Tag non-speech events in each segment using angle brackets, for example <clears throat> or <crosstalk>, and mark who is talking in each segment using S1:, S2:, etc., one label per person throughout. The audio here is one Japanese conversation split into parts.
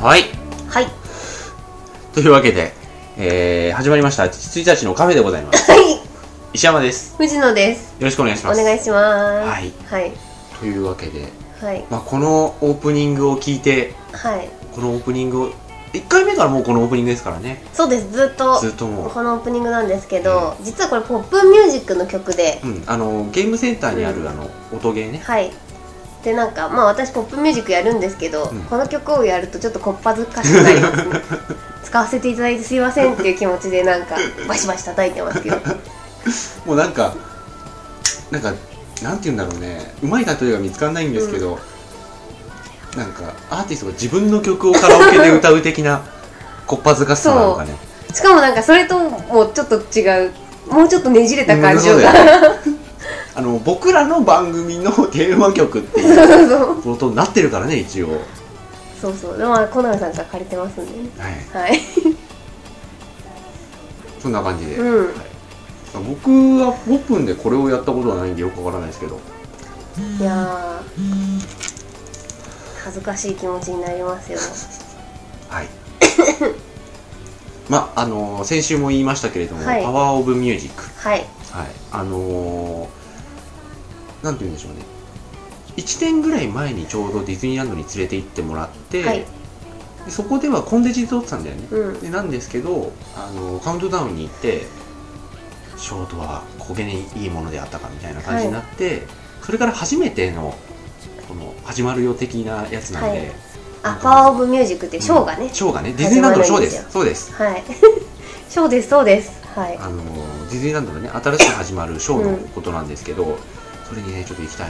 S1: はい。
S2: はい
S1: というわけで、えー、始まりました。1日のカフェでございます。石山です。
S2: 藤野です
S1: よろしくお願いし
S2: お
S1: ます。
S2: 願いします
S1: はい
S2: はい
S1: というわけで、
S2: はい
S1: まあ、このオープニングを聞いて、
S2: はい
S1: このオープニングを、1回目からもうこのオープニングですからね。
S2: そうですずっと
S1: ずっともう。
S2: このオープニングなんですけど、実はこれポップンミュージックの曲で
S1: うん、あのゲームセンターにある、
S2: うん
S1: あの音ゲーね
S2: はいでなんかまあ私ポップンミュージックやるんですけど、
S1: うん
S2: この曲をやるとちょっとこっぱずかしくなります <laughs> ね使わせていただいてすいませんっていう気持ちでなん <laughs> かバシバシ叩いてますけど
S1: もうなんかなんかなんて言うんだろうねうまい例えが見つかんないんですけど、なんかアーティストが自分の曲をカラオケで歌う的なこっぱずかしさなのかね
S2: しかもなんかそれともちょっと違うもうちょっとねじれた感じ
S1: う
S2: が、
S1: んそうだよねあの僕らの番組のテーマ曲っていう
S2: そうそう
S1: ことになってるからね一応はい
S2: <laughs> そうそうでもまあコナンさんから借りてますんでねはい
S1: そんな感じで、
S2: うん
S1: 僕はポップンでこれをやったことはないんでよくわからないですけど
S2: いやー恥ずかしい気持ちになりますよ
S1: はいまああのー先週も言いましたけれども「
S2: はい
S1: パワー・オブ・ミュージック
S2: はい」
S1: はいあのーなんて言うんでしょうね1年ぐらい前にちょうどディズニーランドに連れて行ってもらって、
S2: はい
S1: でそこではコンデジで撮ってたんだよね、
S2: うん
S1: でなんですけど、あのーカウントダウンに行ってショートは焦げにいいものであったかみたいな感じになって、それから初めてのこの始まるよ的なやつなんで、
S2: はいあパワーオブミュージックってショーがね
S1: ショーがねディズニーランドのショーで
S2: 始まるんです
S1: す
S2: よ
S1: そうです
S2: はい <laughs> ショーですそうですはい
S1: あのディズニーランドのね新しく始まるショー
S2: う
S1: の
S2: ん
S1: ことなんですけど、それにねちょっと行きたい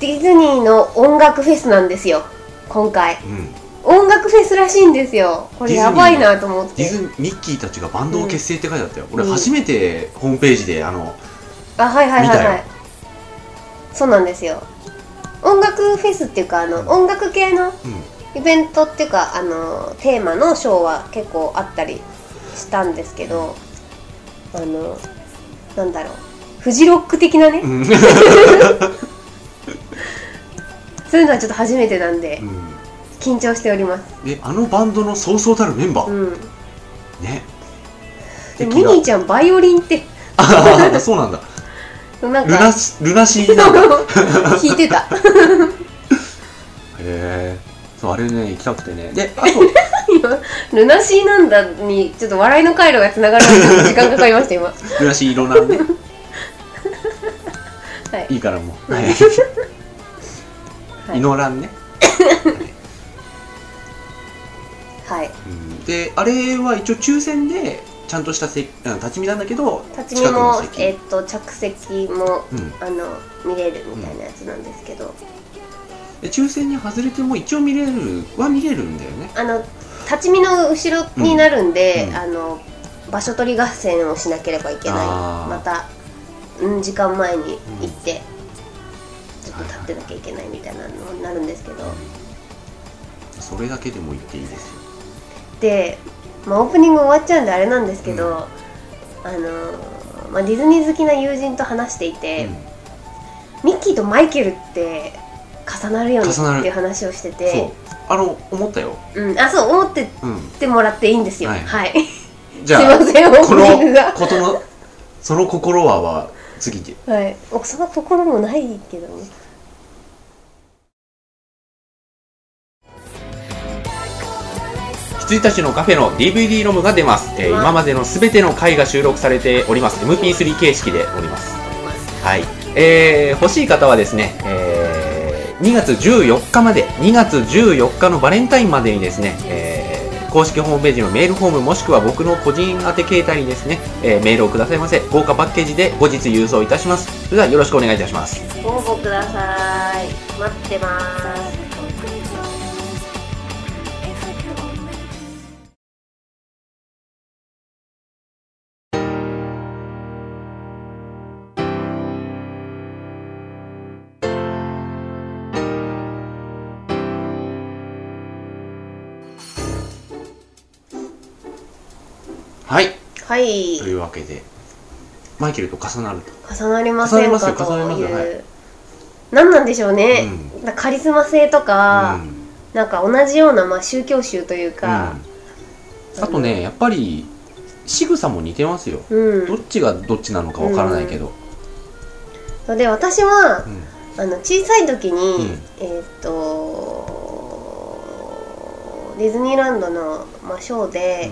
S2: ディズニーの音楽フェスなんですよ今回
S1: うん
S2: 音楽フェスらしいんですよこれやばいなと思っ
S1: デ
S2: て
S1: ィズミッキーたちがバンドを結成って書いてあったよ、
S2: う
S1: 俺
S2: ん
S1: 初めてホームページであの
S2: あはいはいはい
S1: 見
S2: は
S1: た
S2: い
S1: よ
S2: そうなんですよ音楽フェスっていうかあの音楽系の
S1: うん
S2: イベントっていうかあのテーマのショーは結構あったりしたんですけどあのなんだろうフジロック的なね、 <laughs>
S1: うん、
S2: そういうのはちょっと初めてなんで
S1: うん
S2: 緊張しております
S1: であのバンドのそうそうたるメンバー、
S2: うん
S1: ね
S2: で
S1: 敵
S2: ミ
S1: が
S2: ニーちゃんバイオリンって
S1: あ <laughs> あそうなんだ
S2: なん
S1: ルナ
S2: か
S1: シルナシーなんだ
S2: 弾いてた
S1: へえそうあれね行きたくてねであ
S2: 今ルナシーなんだにちょっと笑いの回路がつながるのにちょっと時間かかりました今は
S1: とルナシー色な
S2: <laughs>
S1: んで
S2: い
S1: いいからもう、はい
S2: はい、
S1: 祈らんね
S2: はい、
S1: うんであれは一応抽選でちゃんとした席うん立ち見なんだけど
S2: 立ち見
S1: 近くの
S2: も
S1: 席
S2: えっと着席も
S1: うん、
S2: あの見れるみたいなやつなんですけど、
S1: で抽選に外れても一応見れるは見れるんだよね
S2: あの立ち見の後ろになるんで、
S1: うんうん
S2: あの場所取り合戦をしなければいけない
S1: あー
S2: また、うん、時間前に行って、ちょっと立ってなきゃいけないみたいなのになるんですけど、
S1: それだけでも言っていいですよ
S2: で、まあ、オープニング終わっちゃうんであれなんですけど、
S1: うん
S2: あのーまあ、ディズニー好きな友人と話していて、ミッキーとマイケルって重なるよねって
S1: 重なる
S2: いう話をして
S1: うん、そう
S2: て
S1: あの思ったよ、
S2: う、ん、あそう思ってっ
S1: うん、
S2: てもらっていいんですよ
S1: はい
S2: はい、
S1: じ
S2: <laughs> すい
S1: ゃあ
S2: ませんオー
S1: こ
S2: プ
S1: の
S2: ニングが
S1: ことのその心はは次で
S2: はい、奥様のところもないけどね。
S1: 羊たちのカフェの DVD ロムが出ます、えー
S2: わ
S1: 今までのすべての回が収録されております MP3 形式でおりますはい、えー欲しい方はですね、えー2月14日まで2月14日のバレンタインまでにですね、えー公式ホームページのメールフォームもしくは僕の個人宛て携帯にですね、えーメールをくださいませ豪華パッケージで後日郵送いたしますそれではよろしくお願いいたします
S2: ご応募ください。待ってます。
S1: はい
S2: はい
S1: と。いうわけでマイケルと重なると
S2: 重なりませんか
S1: 重なりますよ
S2: と
S1: 重なりますよは
S2: いう。何なんでしょうね。
S1: う
S2: だカリスマ性とか、
S1: う
S2: なんか同じような、まあ、宗教集というか、
S1: うん、あとねやっぱり仕草も似てますよ、
S2: うん
S1: どっちがどっちなのかわからないけど、
S2: ので私は
S1: うん
S2: あの小さい時に、
S1: うん
S2: えーっとディズニーランドの、まあ、ショーで、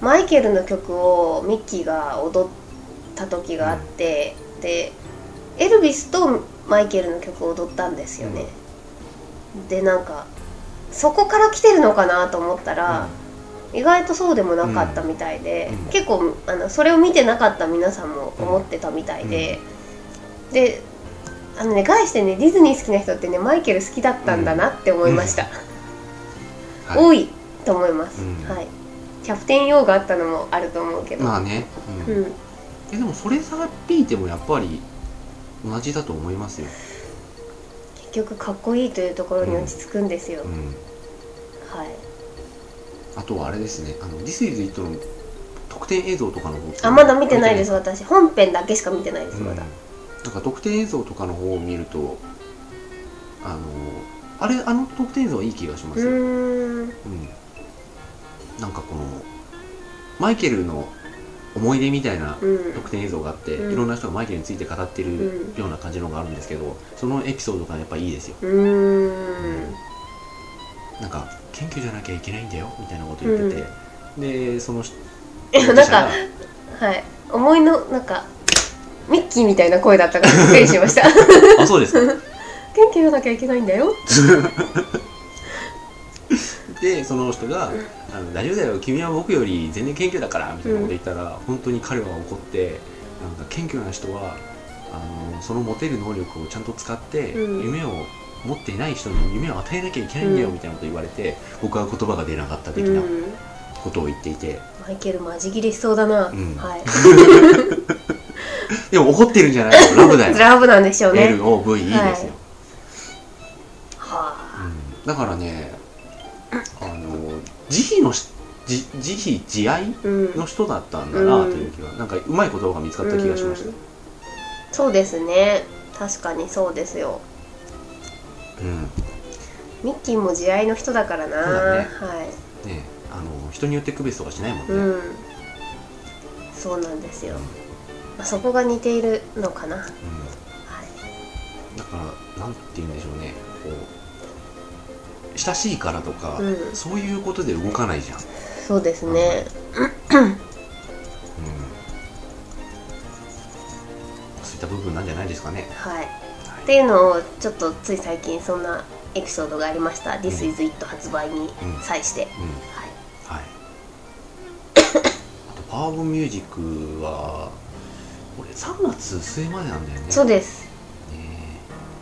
S2: マイケルの曲をミッキーが踊った時があって、でエルビスとマイケルの曲を踊ったんですよね、でなんかそこから来てるのかなと思ったら、意外とそうでもなかったみたいで、
S1: うん
S2: 結構あのそれを見てなかった皆さんも思ってたみたいで、であのね概してねディズニー好きな人ってねマイケル好きだったんだなって思いました、
S1: はい
S2: 多いと思います、
S1: うん
S2: はいキャプテン用があったのもあると思うけど、
S1: まあね、うん
S2: うん、
S1: えでもそれさっぴいてもやっぱり同じだと思いますよ、
S2: 結局かっこいいというところに落ち着くんですよ、
S1: うん、
S2: はい
S1: あとはあれですね「あの This is It」の特典映像とかの方
S2: あまだ見てないです
S1: 見
S2: 私本編だけしか見てないで
S1: て
S2: す
S1: な
S2: ま
S1: いうん、
S2: だ、
S1: なんか特典映像とかの方を見るとあのあれあの特典映像はいい気がしま
S2: う
S1: すよ、
S2: ーん
S1: うん、なんかこのマイケルの思い出みたいな
S2: うん
S1: 特典映像があって、
S2: うん
S1: いろんな人がマイケルについて語ってる
S2: う
S1: ような感じのがあるんですけど、そのエピソードがやっぱいいですよ、
S2: うーん
S1: なんか謙虚じゃなきゃいけないんだよみたいなこと言ってて、でその人
S2: え <laughs> なんかはい思いのなんかミッキーみたいな声だったからびっくりしました
S1: あそうですか
S2: 元気がなきゃいけないんだよ
S1: でその人が「あの大丈夫だよ君は僕より全然謙虚だから」みたいなこと言ったら、本当に彼は怒ってなんか謙虚な人はあのその持てる能力をちゃんと使って、
S2: うん
S1: 夢を持っていない人に夢を与えなきゃいけないんだよ、
S2: うん
S1: みたいなこと言われて僕は言葉が出なかった的
S2: う、
S1: なんことを言っていて、
S2: マイケルマジギレしそうだな、
S1: うん
S2: はい
S1: でも怒ってるんじゃ
S2: <laughs>
S1: ないよラブだよ
S2: ラブなんでしょうね、
S1: LOVE ですよ、
S2: はあ
S1: うんだからねあの慈悲のしじ慈悲慈愛
S2: うん
S1: の人だったんだな
S2: うん
S1: という気は、なんかうまい言葉が見つかった気がしました、
S2: そうですね確かにそうですよ
S1: うん
S2: ミッキーも慈愛の人だからな
S1: そうだね
S2: はい
S1: ねあの人によって区別とかしないもんね、
S2: うんそうなんですよ、まあ、そこが似ているのかな、はい、
S1: うんだからなんて言うんでしょうねこう親しいからとか、
S2: うん
S1: そういうことで動かないじゃん、
S2: そうですね
S1: そういった部分なんじゃないですかね
S2: はい
S1: はい
S2: っていうのをちょっとつい最近そんなエピソードがありました「This is It」発売に際して、はい
S1: うんはいあとパワーオブミュージックはこれ3月末までなんだよね
S2: そう
S1: ね
S2: です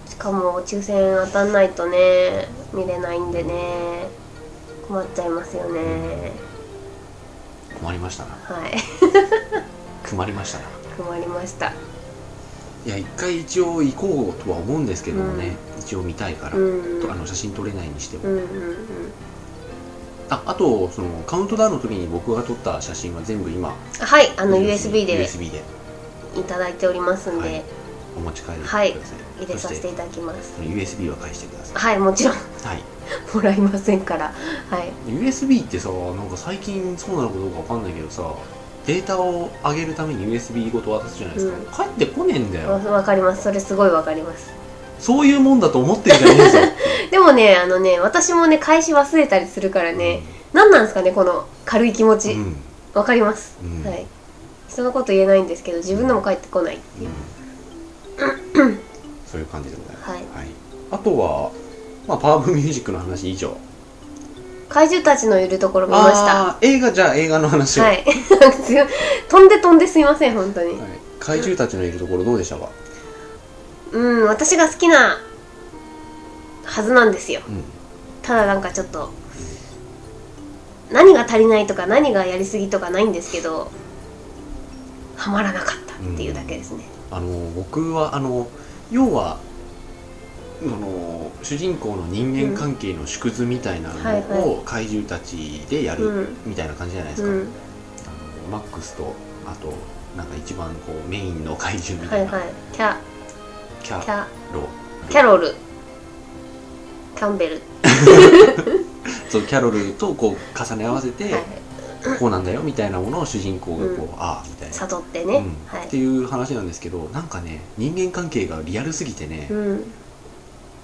S2: しかも抽選当たんないとね見れないんでね困っちゃいますよね
S1: 困りましたな
S2: はい
S1: 困りましたな
S2: 困りました
S1: いや一回一応行こうとは思うんですけどもね、一応見たいから、
S2: うん
S1: とあの写真撮れないにしても、
S2: うんうんうん
S1: ああとそのカウントダウンの時に僕が撮った写真は全部今
S2: あはいあの USB で
S1: USB で
S2: いただいておりますんで、
S1: はいお持ち帰りくださ、
S2: はいい入れさせていただきます
S1: そして USB は返してくださ
S2: はいもちろん <laughs>
S1: い、はい、
S2: もらいませんからはい
S1: USB ってさなんか最近そうなのかどうかわかんないけどさデータを上げるために USB ごと渡すじゃないですか、帰ってこねえんだ
S2: わ
S1: よ
S2: わかりますそれすごいわかります
S1: そういうもんだと思ってるじゃねえぞ
S2: でもねあのね私もね返し忘れたりするから <laughs> ね、なん、何なんですかねこの軽い気持
S1: う
S2: ち
S1: ん、うん
S2: わ、かります、
S1: うん
S2: はい人のこと言えないんですけど自分のも返ってこないっていう
S1: うん、そういう感じでございます、
S2: はい
S1: あとは、まあ、パワーブミュージックの話以上
S2: 怪獣たちのいるところ見ました。
S1: あー映画じゃあ映画の話を、
S2: はい。 <laughs> 飛んで飛んですいません、本当に。
S1: はい怪獣たちのいるところどうでしたか、
S2: うん、私が好きなはずなんですよ。
S1: うん
S2: ただなんかちょっと、何が足りないとか何がやりすぎとかないんですけど、ハマらなかったっていうだけですね。
S1: あの僕はあの要はあの主人公の人間関係の縮図みたいな
S2: うんはい
S1: の
S2: は
S1: を怪獣たちでや
S2: う
S1: る
S2: ん
S1: みたいな感じじゃないで
S2: う
S1: すか、
S2: ん。
S1: あのマックスとあとなんか一番こうメインの怪獣み
S2: は
S1: た
S2: い
S1: いな、
S2: はい。キャ、
S1: キャ
S2: キャ、
S1: ロ
S2: キャロル。キャンベル、
S1: そうキャロルとこう重ね合わせて
S2: はい、
S1: こうなんだよみたいなものを主人公がこう、
S2: うん
S1: ああみたいな、
S2: 悟って
S1: う
S2: ね、
S1: ん
S2: は
S1: って
S2: い、
S1: いう話なんですけどなんかね人間関係がリアルすぎてね、
S2: うん、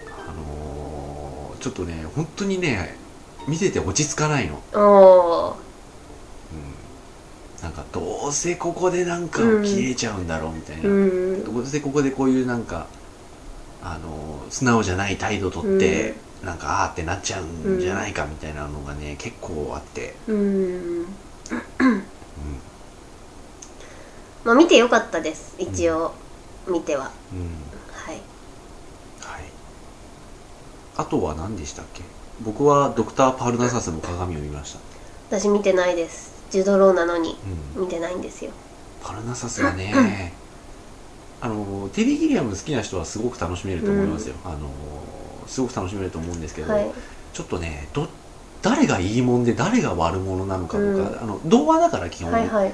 S1: あのーちょっとね本当にね見てて落ち着かないの、
S2: おー
S1: うん、なんかどうせここでなんか
S2: うん
S1: 消えちゃうんだろうみたいな、
S2: うん
S1: どうせここでこういうなんかあのー素直じゃない態度とって、なんかああってなっちゃうんじゃないかみたいなのがね結構あって、
S2: うん
S1: うん、
S2: まあ見てよかったです一応見ては、
S1: うん
S2: はい
S1: はいあとは何でしたっけ僕はドクター・パルナサスの鏡を見ました、
S2: 私見てないですジュドローなのに
S1: うん
S2: 見てないんですよ
S1: パルナサスがね
S2: <laughs>
S1: あのテリー・ギリアム好きな人はすごく楽しめると思いますよ、あのすごく楽しめると思うんですけど、
S2: はい
S1: ちょっとねど誰がいいもんで誰が悪者なのかとか、
S2: うん
S1: あの童話だから基本、
S2: はいはい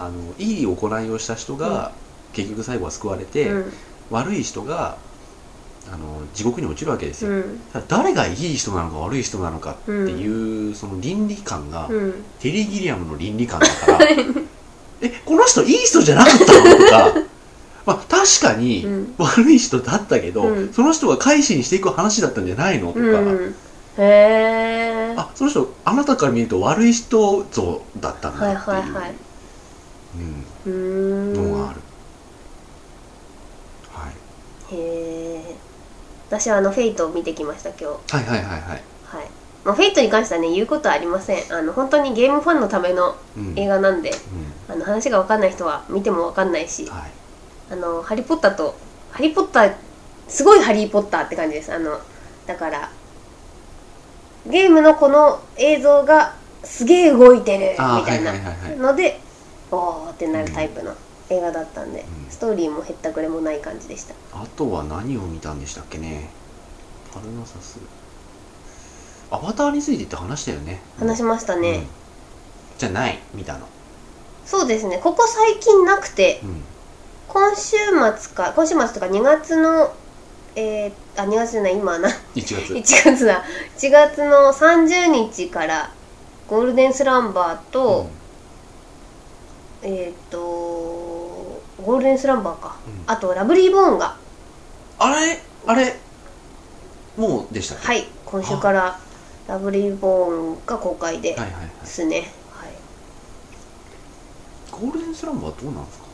S1: あのいい行いをした人が、結局最後は救われて、
S2: うん
S1: 悪い人があの地獄に落ちるわけですよ、
S2: うん
S1: ただ誰がいい人なのか悪い人なのかっていう、その倫理観が、
S2: うん
S1: テリー・ギリアムの倫理観だからえこの人いい人じゃなかった
S2: <laughs>
S1: のとかまあ確かに
S2: うん
S1: 悪い人だったけど、
S2: うん
S1: その人が改心していく話だったんじゃないのとか、
S2: うんへえ
S1: あその人あなたから見ると悪い人像だったん
S2: は
S1: だ
S2: い
S1: って
S2: はいはい
S1: いう
S2: うー
S1: うん
S2: ん
S1: のがある、は
S2: へ
S1: い、
S2: え私はあのフェイトを見てきました今日
S1: はいはいはいはい
S2: はいまあ、フェイトに関してはね言うことはありませんあの本当にゲームファンのための
S1: うん
S2: 映画なんで、
S1: う
S2: あの話が分かんない人は見ても分かんないし
S1: んはい
S2: あのハリー・ポッターとハリー・ポッターすごいハリー・ポッターって感じですあのだからゲームのこの映像がすげえ動いてるみ
S1: あー
S2: たいな
S1: はいはいはいはい
S2: のでおーってなるタイプの映画だったんで、
S1: うん
S2: ストーリーもへったくれもない感じでした
S1: あとは何を見たんでしたっけねパルナサスアバターについてって話したよね
S2: 話しました
S1: うん
S2: ね、
S1: じゃない見たの、
S2: そうですねここ最近なくて
S1: うん
S2: 今週末か今週末とか2月のえー、あ2月じゃない今は
S1: <laughs>
S2: な
S1: 1月
S2: 1月だ1月の30日からゴールデンスランバーと、えっ、とゴールデンスランバーか、
S1: うん
S2: あとラブリーボーンが
S1: あれあれもうでしたっけ、
S2: はい今週からラブリーボーンが公開で
S1: はいはいはい
S2: すね、はい
S1: ゴールデンスランバーどうなんですか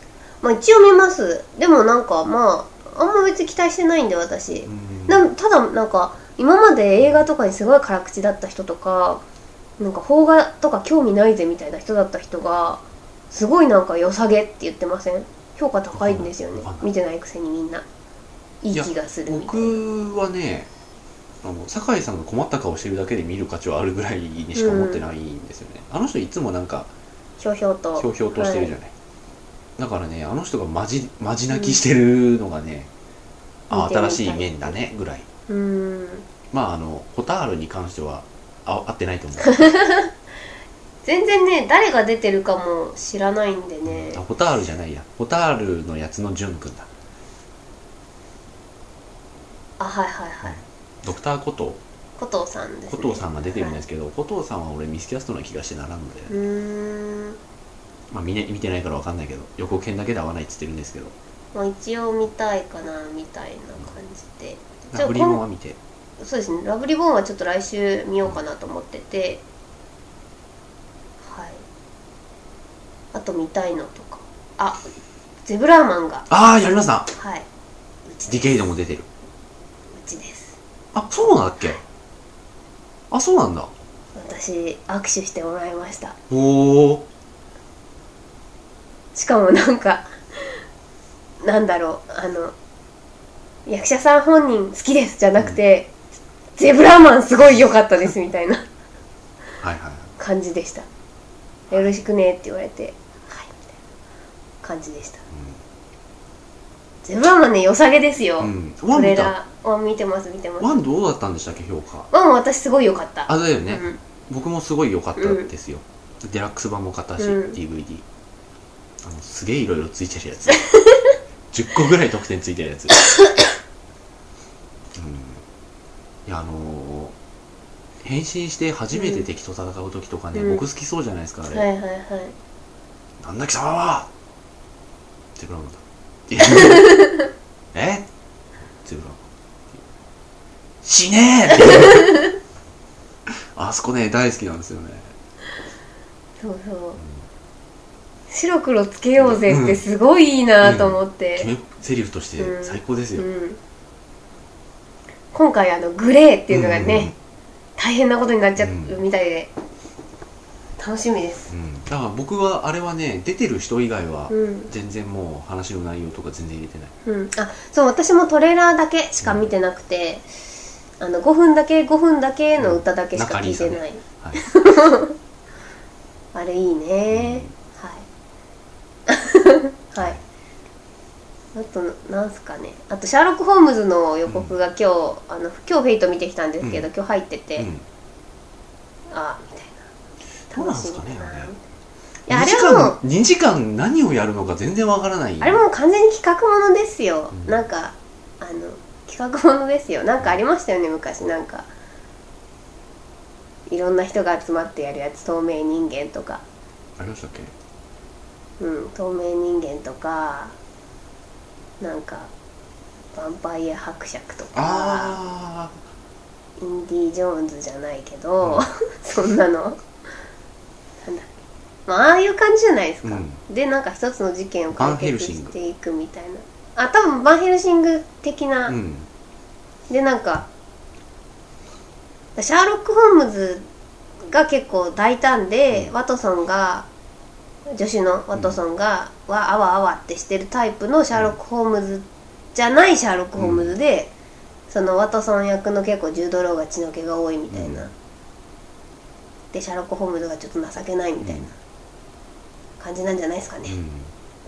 S2: まあ一応見ますでもなんかまああんま別に期待してないんで私、
S1: うん
S2: なただなんか今まで映画とかにすごい辛口だった人とかなんか邦画とか興味ないぜみたいな人だった人がすごいなんか良さげって言ってません評価高いんですよね
S1: わかんない
S2: 見てないくせにみんないい
S1: いや
S2: 気がするみたいな
S1: 僕はねあの酒井さんが困った顔してるだけで見る価値はあるぐらいにしか思ってないんですよね、あの人いつもなんか
S2: ひょうひょうと
S1: ひょうひょうとしてるじゃない、だからねあの人がマジマジ泣きしてるのがね、あ
S2: 見てみた
S1: 新
S2: い
S1: しい面だねぐらいう
S2: ーん
S1: まああのホタールに関してはあ合ってないと思う
S2: 全然ね誰が出てるかも知らないんでね
S1: あホタールじゃないやホタールのやつの潤くんだ
S2: あはいはいはい
S1: ドクターコト
S2: コトーさんです、
S1: ーコ
S2: ね、
S1: トーさんが出てるんですけど、コトーさんは俺ミスキャストな気がしてならんので、
S2: うーん
S1: まあ、見ね見てないからわかんないけど予告編だけで合わないっつってるんですけど
S2: まあ一応見たいかなみたいな感じでじゃ
S1: ラ
S2: あ
S1: ブリーモンは見て
S2: そうですね、ラブリボーンはちょっと来週見ようかなと思ってて、はい。あと見たいのとか。あ、ゼブラーマンが、
S1: ああやりました
S2: はい。うち
S1: デ
S2: です。
S1: ィケイドも出てる
S2: うちです。
S1: あそうなんだっけあそうなんだ
S2: 私、握手してもらいました。
S1: おお
S2: しかもなんか、なんだろう、あの、役者さん本人好きですじゃなくて、ゼブラーマンすごい良かったですみたいな
S1: はいはいはい
S2: 感じでした。よろしくねって言われて、はい、みたいな感じでした。ゼブラマンね良さげですよ、
S1: うん、うん、
S2: こ
S1: ワン
S2: れ
S1: 見た
S2: らワン見てます見てます
S1: ワンどうだったんでしたっけ評価
S2: ワンは私すごい良かった
S1: あだよ
S2: う
S1: ね、
S2: ん
S1: 僕もすごい良かったですよ、デラックス版も買ったし、
S2: うん
S1: DVD あのすげえいろいろついてる
S2: <laughs>
S1: やつ10個ぐらい特典ついてるやつうんいやあのー変身して初めて敵と戦う時とかね、
S2: うん
S1: 僕好きそうじゃないですかあれ、
S2: はいはいはい
S1: なんだ貴様はゼブラウンだ。いやえゼブラウン。死ねえってあそこね、大好きなんですよね。
S2: そうそう白黒つけようぜってすごいいいなと思って、
S1: 決めセリフとして最高ですよ。
S2: うん、今回あのグレーっていうのがね、大変なことになっちゃうみたいで、楽しみです
S1: うん。うんだから僕はあれはね、出てる人以外は
S2: うん、
S1: 全然もう話の内容とか全然入れてない。
S2: うん、あそう私もトレーラーだけしか見てなくて、あの5分だけ5分だけの歌だけしか聞いてない、
S1: はい。
S2: <laughs> あれいいね、はいはいあとなんすかねあとシャーロック・ホームズの予告が今日、あの今日フェイト見てきたんですけど、
S1: う
S2: 今日入ってて、
S1: うん
S2: あみたいな
S1: どうなんすかね
S2: 楽しみだ
S1: あれ
S2: いやあ
S1: 2
S2: れ
S1: 時
S2: はもう
S1: 間、2時間何をやるのか全然わからない。
S2: あれもう完全に企画ものですよ、
S1: うん
S2: なんかあの企画ものですよなんかありましたよね昔なんかいろんな人が集まってやるやつ透明人間とか
S1: ありましたっけ
S2: うん透明人間とかなんかヴァンパイア伯爵とか
S1: あ
S2: インディ・ジョーンズじゃないけど、 <laughs> そんなのなんだっけまあああいう感じじゃないですか、
S1: う
S2: でなんか一つの事件を
S1: バ
S2: 解
S1: ンヘル
S2: 決
S1: シン
S2: し
S1: グ
S2: ていくみたいなあ多分バンヘルシング的な、
S1: あ。うん。
S2: でなんかシャーロック・ホームズが結構大胆で、
S1: うん
S2: ワトソンが女子のワトソンが、わあわあわってしてるタイプのシャーロック・ホームズじゃないシャーロック・ホームズで、そのワトソン役の結構重ドローが血の気が多いみたいな、
S1: うん
S2: でシャーロック・ホームズがちょっと情けないみたいな感じなんじゃないですかね、
S1: うん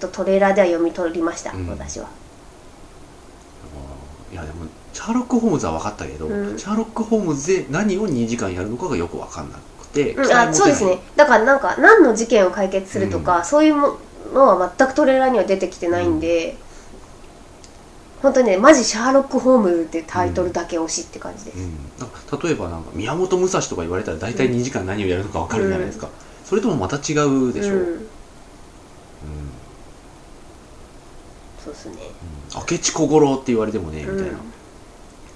S2: とトレーラーでは読み取りました、
S1: うん
S2: 私は。
S1: いやでもシャーロック・ホームズは分かったけど、
S2: うん
S1: シャーロック・ホームズで何を2時間やるのかがよく分かんなくて、
S2: うん、あそうですねだからなんか何の事件を解決するとか、そういうものは全くトレーラーには出てきてないんで、本当にねマジ「シャーロック・ホームズ」ってタイトルだけ推しって感じです、
S1: うん、なんか例えばなんか宮本武蔵とか言われたら大体2時間何をやるのか分かるじゃないですか、それともまた違うでしょう、うん
S2: んそうですね
S1: 明智小五郎って言われてもね、みたいな、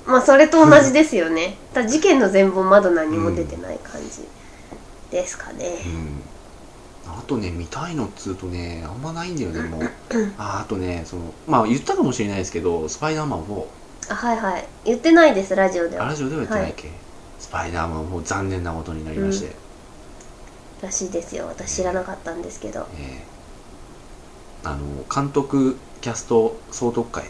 S2: まあそれと同じですよ
S1: <laughs>
S2: ねただ事件の全貌まだ何も出てない感じですかね、
S1: うんあとね見たいのっつうとねあんまないんだよねもうああとねそのまあ言ったかもしれないですけど「スパイダーマン4」
S2: あはいはい言ってないですラジオでは
S1: ラジオでは言ってないっけ、スパイダーマン4残念なことになりまして、
S2: らしいですよ私知らなかったんですけどは
S1: えーあの監督キャスト総督会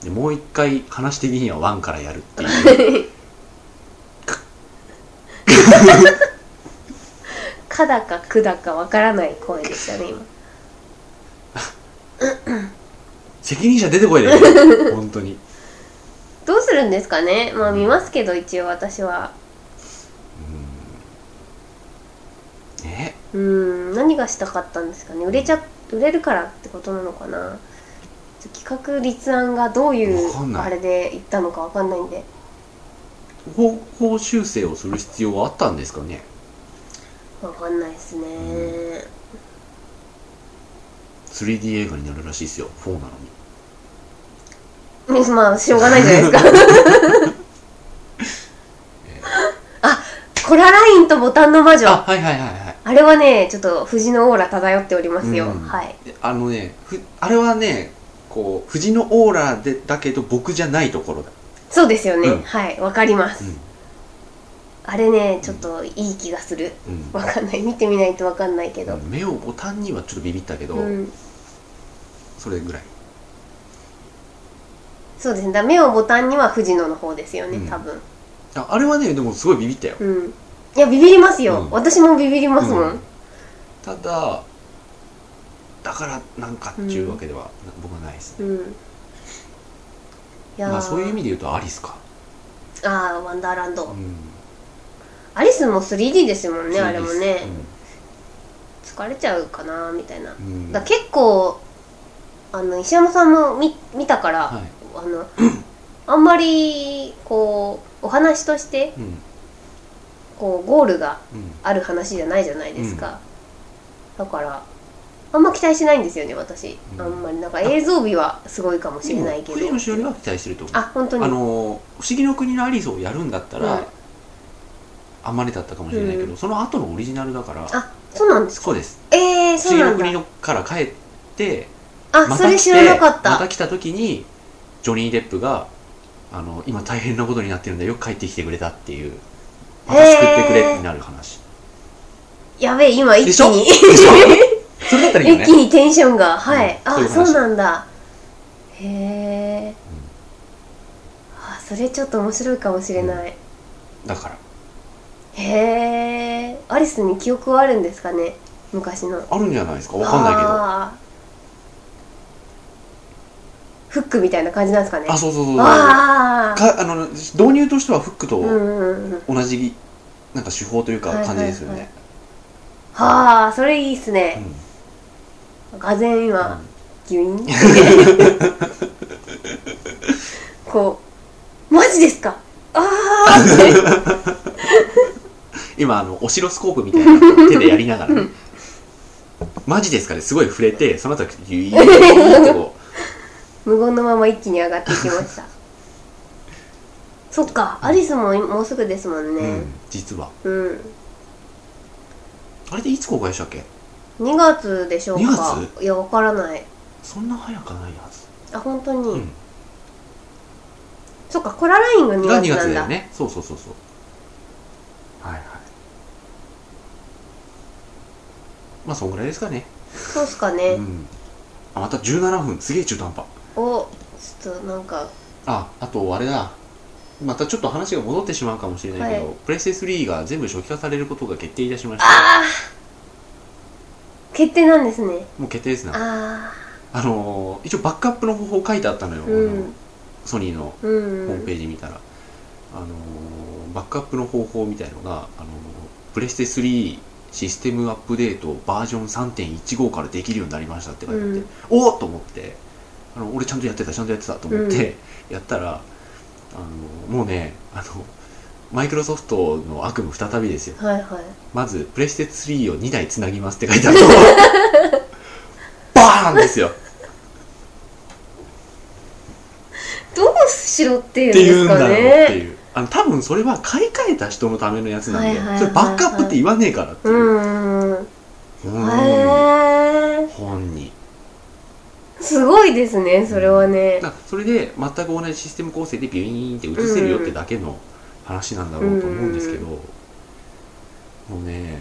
S2: い
S1: でもう一回話的にはワンからやるっ
S2: <laughs>
S1: ていう
S2: <laughs> かだかくだかわからない声でしたね今
S1: 責任者出てこいで本当に、
S2: どうするんですかねまあ見ますけど一応私は
S1: うん、ね
S2: うーん何がしたかったんですかね売れちゃ売れるからってことなのかなちょっと企画立案がどうい
S1: わかん
S2: う
S1: ない
S2: あれでいったのかわかんないんで
S1: 方向修正をする必要はあったんですかね
S2: わかんないですね、
S1: 3D 映画になるらしいですよ4なのに
S2: まあしょうがないじゃないですか
S1: <laughs>
S2: あコララインとボタンの魔女
S1: あ
S2: あ
S1: はいはいはいはい
S2: れはねちょっと藤のオーラ漂っておりますよ、
S1: うん
S2: はい
S1: であのねふあれはねこう藤のオーラでだけど僕じゃないところだ、
S2: そうですよね、
S1: うん
S2: はいわかります、
S1: う
S2: あれねちょっといい気がする
S1: んうん
S2: わかんない見てみないとわかんないけど
S1: 目をボタンにはちょっとビビったけど、
S2: うん
S1: それぐらい
S2: そうですねだから目をボタンには藤野の方ですよね、
S1: うん
S2: 多分
S1: ああれはねでもすごいビビったよ、
S2: うんいやビビりますよ、
S1: うん
S2: 私もビビりますもん、
S1: うんただだからなんかっていうわけでは、な僕はないですね
S2: うんいやー、
S1: まあそういう意味で言うとアリスか、
S2: ああワンダーランド、
S1: うん
S2: アリスも 3D ですもんね
S1: そう
S2: あれもね
S1: で、す
S2: 疲れちゃうかなみたいな、
S1: うんうん
S2: だから結構あの石山さんも見見たから、
S1: はい
S2: あ <clears throat> のあんまりこうお話として
S1: うん
S2: こうゴールが
S3: うん
S2: ある話じゃないじゃないですか、だからあんま期待しないんですよね私、
S3: うん
S2: あんまりなんか映像美はすごいかもしれないけど
S1: でも藤野詩織は期待してると思う
S2: あ本当に
S1: あのー「不思議の国のアリス」をやるんだったら、
S2: はい
S1: あんまりだったかもしれないけど、
S2: うん
S1: その後のオリジナルだから
S2: あそうなんですか
S1: そうです
S2: えー、
S1: 不思
S2: そう
S1: 議
S2: な
S1: の
S2: ん
S1: 国
S2: だ
S1: のから帰って
S2: あ、
S1: ま
S2: そ
S1: た
S2: れ
S1: 来
S2: 知
S1: て
S2: らなかっ
S1: ま
S2: た
S1: た来た時にジョニー・デップがあの今大変なことになってるんだよよく帰ってきてくれたっていうまた救ってく
S2: へ
S1: れ
S2: ー
S1: になる話
S2: やべえ今一
S1: で
S2: 気
S1: しょ
S2: に
S1: でしょそれだったらいいよ
S2: 一
S1: ね
S2: 気にテンションがはい、
S1: うんそういう
S2: あ
S1: 話
S2: そうなんだへえ、あそれちょっと面白いかもしれない、
S1: だから
S2: へえアリスに記憶はあるんですかね昔の
S1: あるんじゃないですかわかんないけどあ
S2: あーフックみたいな感じなんですかね
S1: そうそうそうそうか
S2: ああ
S1: あの導入としてはフックと
S2: うんうんうん
S1: 同じなんか手法というか
S2: はいはい
S1: 感じですよね、
S2: はあそれいいっすね
S1: うん
S2: がぜん今ギュイ
S1: <laughs>
S2: ンこうマジですかああって
S1: 今あのオシロスコープみたいなのを手でやりながらねマジですかねすごい触れてその後ゆいーってこ
S2: 無言のまま一気に上がっていきま
S1: <laughs>
S2: したそっかアリスももうすぐですもん
S1: う、う
S2: <laughs> ね
S1: ん、実は
S2: うん
S1: あれでいつ公開したっけ
S2: 2月でしょうか
S1: 2
S2: いやわからない
S1: そんな早くはないはず、
S2: あ本当に、
S1: うん
S2: そっかコララインが2
S1: が
S2: 月
S1: 2
S2: なん
S1: 月だ
S2: だ
S1: よねそうそうそうそうはいはいまあそんぐらいですかね、
S2: そうっすか
S1: う
S2: ね、
S1: ん、あまた17分すげえ中途半端
S2: おちょっとなんか
S1: ああとあれだまたちょっと話が戻ってしまうかもしれないけど、
S2: は
S1: プレステ3が全部初期化されることが決定いたしました
S2: ああ決定なんですね
S1: もう決定ですな
S2: あ
S1: あのー一応バックアップの方法書いてあったのよ、
S2: あ
S1: あ
S2: う
S1: の
S2: ん
S1: ソニーの
S2: う
S1: ホ
S2: ん
S1: ームページ見たら、あのーバックアップの方法みたいのが、あのープレステ3システムアップデートバージョン3.15からできるようになりましたって書いてあって、
S2: うん
S1: おおっと思ってあの俺ちゃんとやってたちゃんとやってたと思って、やったら、あのーもうねあのマイクロソフトの悪夢再びですよ
S2: はいはい
S1: まずプレステ3を2台つなぎますって書いてあると
S2: <laughs>
S1: バーンですよ
S2: どうしろっていうん
S1: っ
S2: で
S1: て言う
S2: す
S1: んだ
S2: か
S1: ろうって
S2: ね
S1: いうあの多分それは買い替えた人のためのやつなんで、
S2: はいはいはいはい
S1: それバックアップって言わねえからっていうう、
S2: んうん
S1: うん
S2: へえ
S1: 本に
S2: すごいですねそれはね
S1: だからそれで全く同じシステム構成でビュイーンって映せるよってだけの話なんだろうと思うんですけど、もうね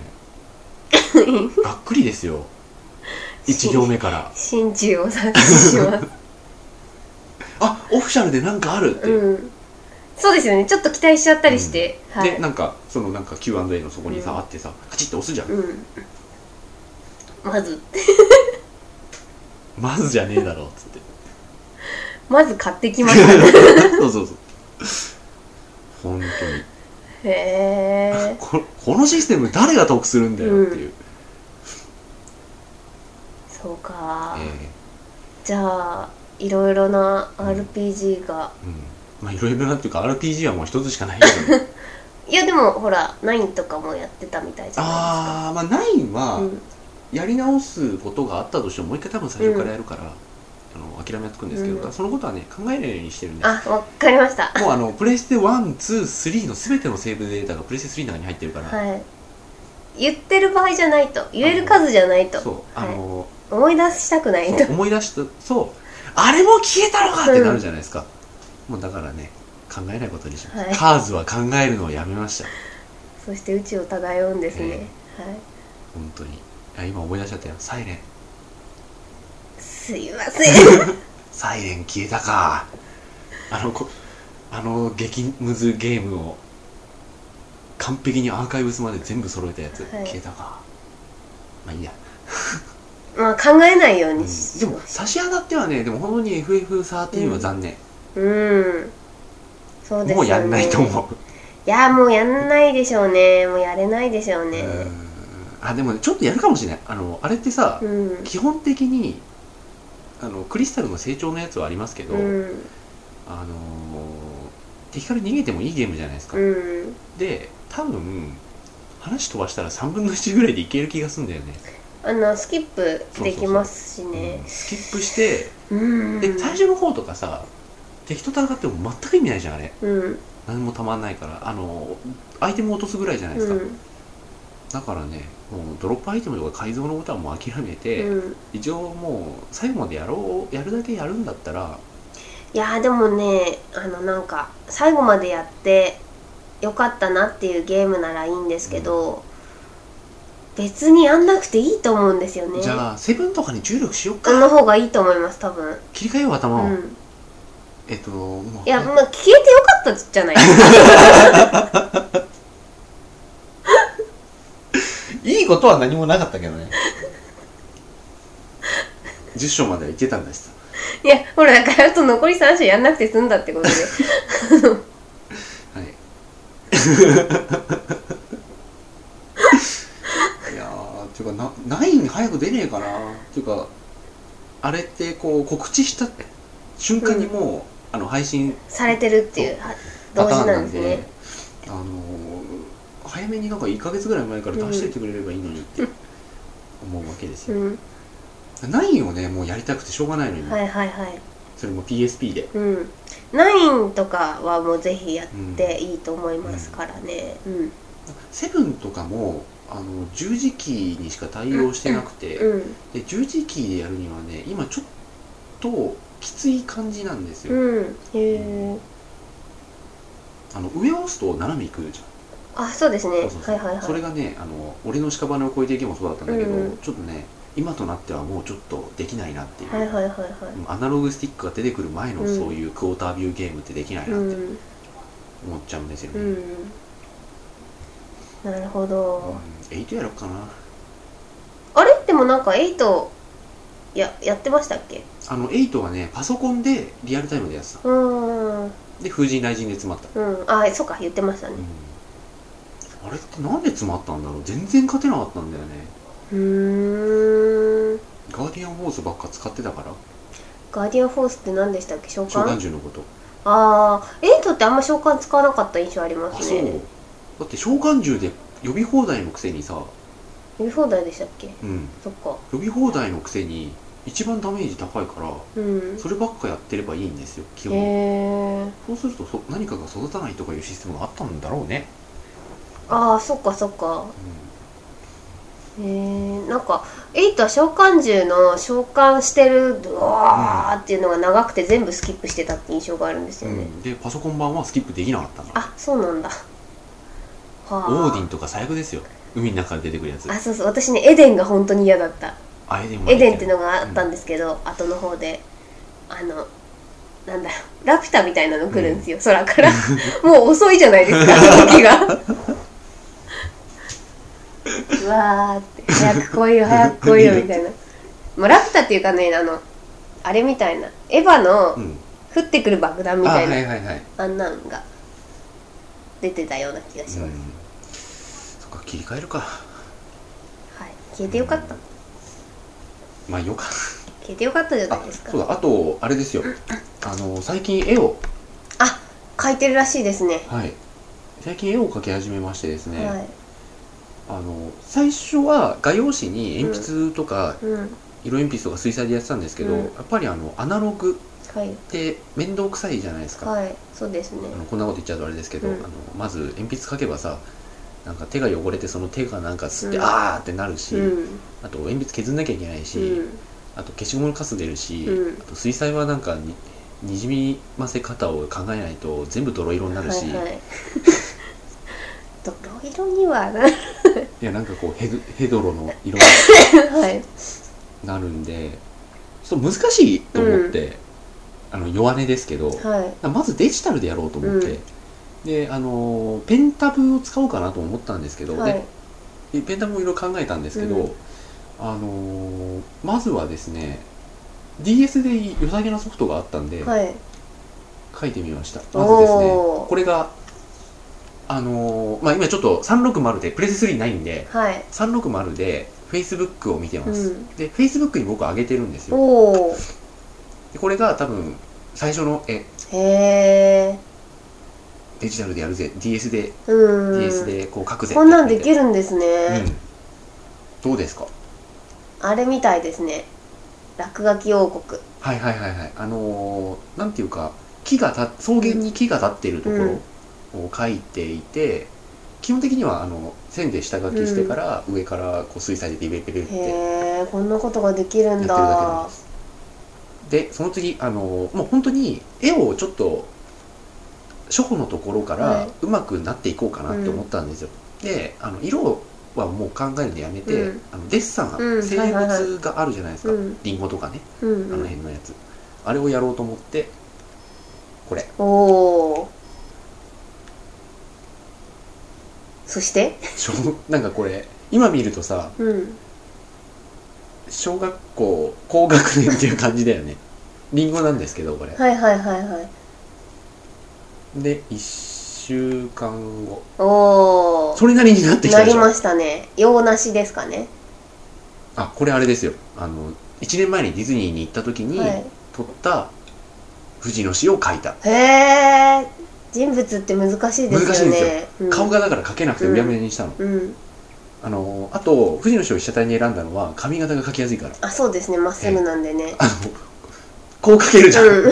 S1: がっくりですよ1行目から
S2: 真珠を察知します
S1: <laughs> あオフィシャルでなんかあるっていう、
S2: うんそうですよねちょっと期待しちゃったりして、はい
S1: でなんかそのなんか Q&A のそこにさ、
S2: うん
S1: あってさカチッて押すじゃん、
S2: うんまず
S1: まずじゃねえだろっ
S2: <laughs>
S1: つって
S2: まず買ってき
S1: <laughs>
S2: ました、ね、
S1: そうそうそう本当に
S2: へえ
S1: ここのシステム誰が得するんだよっていう、
S2: そうか、
S1: え
S2: じゃあいろいろな RPG が、
S1: えうんまあいろいろなっていうか RPG はもう一つしかないけど、ね、
S2: いやでもほら9とかもやってたみたいじゃな
S1: <laughs> ああまあ9
S2: い
S1: は
S2: ですか
S1: やり直すことがあったとしてももう一回多分最初からやるから、あの諦めはつくんですけど、
S2: うん
S1: ただそのことはね考えないようにしてるんで
S2: あ,、うん、あわかりました
S1: もうあのプレステ123の全てのセーブデータがプレステ3の中に入ってるから、
S2: はい言ってる場合じゃないと言える数じゃないと
S1: そうあの、
S2: 思い出したくないと
S1: そう思い出したそうあれも消えたのかってなるじゃないですか、もうだからね考えないことにしました、
S2: はい
S1: カーズは考えるのをやめました
S2: そして宇宙を漂うんですね、はい
S1: 本当にあ今思い出しちゃったよサイレン
S2: すいませ
S1: <laughs>
S2: ん
S1: サイレン消えたかあのこあの激ムズゲームを完璧にアーカイブスまで全部揃えたやつ、
S2: はい
S1: 消えたかまあいいや、
S2: まあ考えないよう
S1: うん
S2: にし
S1: でも
S2: まし
S1: 差し当たってはねでも本当に FF13 は残念、
S2: たうんそうですよね
S1: もうやんないと思う
S2: いやもうやんないでしょうねもうやれないでしょうね
S1: うんあでもねちょっとやるかもしれないあのあれってさ、
S2: うん
S1: 基本的にあのクリスタルの成長のやつはありますけど、
S2: うん
S1: あのー敵から逃げてもいいゲームじゃないですか、
S2: うん
S1: で多分話飛ばしたら3分の1ぐらいでいける気がするんだよね、
S2: あのスキップできますし
S1: う
S2: ね
S1: んスキップして
S2: うん
S1: で最初の方とかさ敵と戦っても全く意味ないじゃんあれ
S2: うん
S1: 何もたまんないからあのアイテム落とすぐらいじゃないで
S2: う
S1: すか、
S2: ん
S1: だからねもうドロップアイテムとか改造のことはもう諦めて、
S2: うん
S1: 一応もう最後までやろうやるだけやるんだったら
S2: いやーでもねあのなんか最後までやってよかったなっていうゲームならいいんですけど、別にやんなくていいと思うんですよね
S1: じゃあセブンとかに注力しよっ
S2: あの
S1: か
S2: 方がいいと思います多分
S1: 切り替えよう
S2: う
S1: 頭を、
S2: ん
S1: えっともう
S2: いやまあ消えてよかったじゃ
S1: <laughs>
S2: ないですか
S1: いいことは何もなかったけどね10章までは行ってたんだしさ
S2: いやほらだからあと残り3章やんなくて済んだってことで
S1: <laughs> はい <laughs> いやーていうかな9早く出ねえかなっていうかあれってこう告知した瞬間にもう、あの配信
S2: されてるっていうは同時なんですね
S1: あのー早めになんか1ヶ月ぐらい前から出してってくれればいいのにって思うわけです
S2: う
S1: よ、
S2: ん
S1: ナインをねもうやりたくてしょうがないのに、
S2: はいはいはい
S1: それも PSP で
S2: うん9とかはもうぜひやっていいと思いますからねうん
S1: セブンとかもあの十字キーにしか対応してなくて、
S2: うん
S1: で十字キーでやるにはね今ちょっときつい感じなんですよ、
S2: うんへえ
S1: あの上を押すと斜めいくじゃん
S2: あそうですね
S1: そうそうそう
S2: はいはいはい
S1: それがねあの俺の屍を越えていけもそうだったんだけど、
S2: うんうん
S1: ちょっとね今となってはもうちょっとできないなっていう、
S2: はいはいはいは
S1: アナログスティックが出てくる前の
S2: うん
S1: そういうクォータービューゲームってできない
S2: い
S1: な
S2: う
S1: って
S2: ん
S1: 思っちゃうんですよ
S2: う
S1: ね、うん
S2: んなるほど
S1: 8やろっかな
S2: あれでもなんか8ややってましたっけ
S1: あの8はねパソコンでリアルタイムでやってた
S2: うーん
S1: で風神雷神で詰まった、
S2: うんあそうか言ってましたね
S1: うんあれってなんで詰まったんだろう全然勝てなかったんだよね
S2: うーん
S1: ガーディアンフォースばっか使ってたから
S2: ガーディアンフォースって何でしたっけ召
S1: 召
S2: 喚
S1: 喚獣のこと
S2: ああエイトってあんま召喚使わなかった印象ありま
S1: あ
S2: す
S1: そう
S2: ね
S1: だって召喚獣で呼び放題のくせにさ、
S2: 呼び放題でしたっけ
S1: うん、
S2: そっか
S1: 呼び放題のくせに一番ダメージ高いから
S2: うん
S1: そればっかやってればいいんですよ基
S2: へ
S1: 本
S2: え
S1: そうするとそ何かが育たないとかいうシステムがあったんだろうね。
S2: ああそっかそっかへえなんかエイトは召喚獣の召喚してるうわーっていうのが長くて全部スキップしてたって印象があるんです
S1: う
S2: よね、
S1: ん、でパソコン版はスキップできなかったから。
S2: あそうなんだはあ
S1: オーディンとか最悪ですよ。海の中から出てくるやつ。
S2: あそうそう私ねエデンが本当に嫌だった
S1: あれでも
S2: エデンってのがあ
S1: うん
S2: ったんですけど、後の方であのなんだろうラピュタみたいなの来るんですよ、空から <laughs> もう遅いじゃないですか
S1: <laughs>
S2: 時がうわーって早く来いよ早く来いよみたいなもうラピュタっていうかねあのあれみたいなエヴァ
S1: う
S2: の
S1: ん。
S2: 降ってくる爆弾み
S1: あ
S2: たい
S1: は
S2: なあ,、
S1: いはいはい。
S2: んなんが出てたような気がし
S1: う
S2: ます、
S1: ん。そっか切り替えるか。
S2: はい消えてよかった、
S1: まあよかっ
S2: 消えてよかったじゃ
S1: た。
S2: ない
S1: あ
S2: ですか
S1: そうだ。あとあれですよ。あの最近絵を
S2: あ書いてるらしいですね
S1: はい。最近絵を描き始めましてですね。
S2: はい
S1: あの最初は画用紙に鉛筆とか
S2: うん
S1: 色鉛筆とか水彩でやってたんですけど、
S2: うん
S1: やっぱりあのアナログ
S2: はい
S1: って面倒くさいじゃないですか。
S2: はい、そうですね。
S1: あのこんなこと言っちゃうとあれですけど、
S2: うん
S1: あのまず鉛筆書けばさなんか手が汚れてその手がなんか吸って、
S2: うん
S1: あーってなるし、
S2: うん、
S1: あと鉛筆削んなきゃいけないし、
S2: うん、
S1: あと消しゴムのカス出るし、
S2: うん
S1: あと水彩はなんかににじみませ方を考えないと全部泥色になるし、
S2: はい <laughs>
S1: い
S2: はい。泥色にはな、はい、
S1: やなんかこうヘドヘドロの色になるんでちょっと難しいと思って、あの弱音ですけど、
S2: はい、
S1: まずデジタルでやろうと思って、
S2: う
S1: であのペンタブを使おうかなと思ったんですけど、
S2: は
S1: で
S2: い、
S1: でペンタもいろいろ考えたんですけど、
S2: うん
S1: あのーまずはですね DS で良さげなソフトがあったんで、
S2: はい、
S1: 書いてみましたまずですね
S2: おー
S1: これがあのーまあ今ちょっと360でプレス3ないんで
S2: はい、
S1: 360で Facebook を見てます、
S2: うん
S1: で Facebook に僕上げてるんですよ
S2: おお、
S1: でこれが多分最初の絵
S2: へえ、
S1: デジタルでやるぜ DS で、
S2: うん
S1: DS でこう書くぜ
S2: こんなんでき
S1: る、
S2: るんですね、
S1: うん、どうですか
S2: あれみたいですね落書き王国
S1: はいはいはいはいあのーなんていうか木がた草原に木が立っているところを書いていて、基本的にはあの線で下書きしてから、上からこう水彩でビビビビってやってる
S2: へえこんなことができるん
S1: だけな
S2: だ
S1: んですでその次あのーもう本当に絵をちょっと初歩のところか
S2: は
S1: ら
S2: いう
S1: まくなっていこうかなって思ったんですよ、であの色はもう考えるのやめて、
S2: うん
S1: あのデッサン、
S2: うん
S1: 生
S2: はいはいはい
S1: 物があるじゃないですか、
S2: うん
S1: リンゴとかね
S2: う
S1: あ
S2: んう
S1: の
S2: ん
S1: 辺のやつ、あれをやろうと思ってこれ
S2: おおそして
S1: 小 <laughs> なんかこれ今見るとさ
S2: うん
S1: 小学校高学年っていう感じだよねリンゴなんですけどこれ
S2: はいはいはいはい
S1: で1週間後
S2: おお
S1: それなりになってきた
S2: なり
S1: でしょ
S2: ましたね用なしですかね
S1: あこれあれですよあの1年前にディズニーに行った時に
S2: はい
S1: 撮った藤の詩を書いた、
S2: へえ人物って難しいですよね
S1: 難しいんで
S2: うん、
S1: 顔がだから書けなくて
S2: うん
S1: うやむやにしたの、
S2: うん
S1: あのあと藤の詩を被写体に選んだのは髪型が書きやすいから
S2: あそうですねまっすぐなんでね、
S1: あのこう書けるじゃん、
S2: うん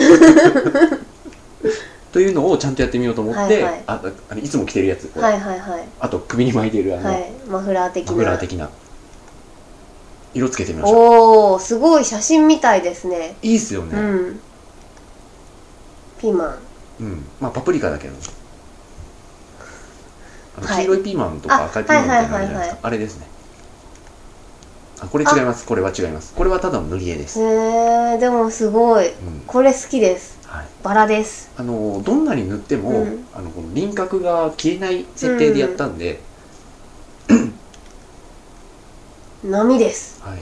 S1: というのをちゃんとやってみようと思って、
S2: はいはい
S1: ああのいつも着てるやつ、これ
S2: はいはいはい
S1: あと首に巻いてるあの、
S2: はいマフラー的
S1: マ
S2: な
S1: フラー的な色つけてみました
S2: おおすごい写真みたいですね
S1: いいっすよ
S2: う
S1: ね、
S2: んピーマン
S1: うんまあパプリカだけどあの
S2: はい
S1: 黄色いピーマンとか
S2: あ
S1: 赤いピーマンみたいなのあ
S2: はい
S1: る
S2: はい
S1: じ
S2: はいはいい
S1: ゃなですかあれですねあこれ違いますこれは違いますこれはただの塗り絵です、
S2: へえでもすごい
S1: うん
S2: これ好きです
S1: はい、
S2: バラです
S1: あのどんなに塗っても、
S2: うん
S1: あのこの輪郭が消えない設定でやったんで、
S2: 波です
S1: はい、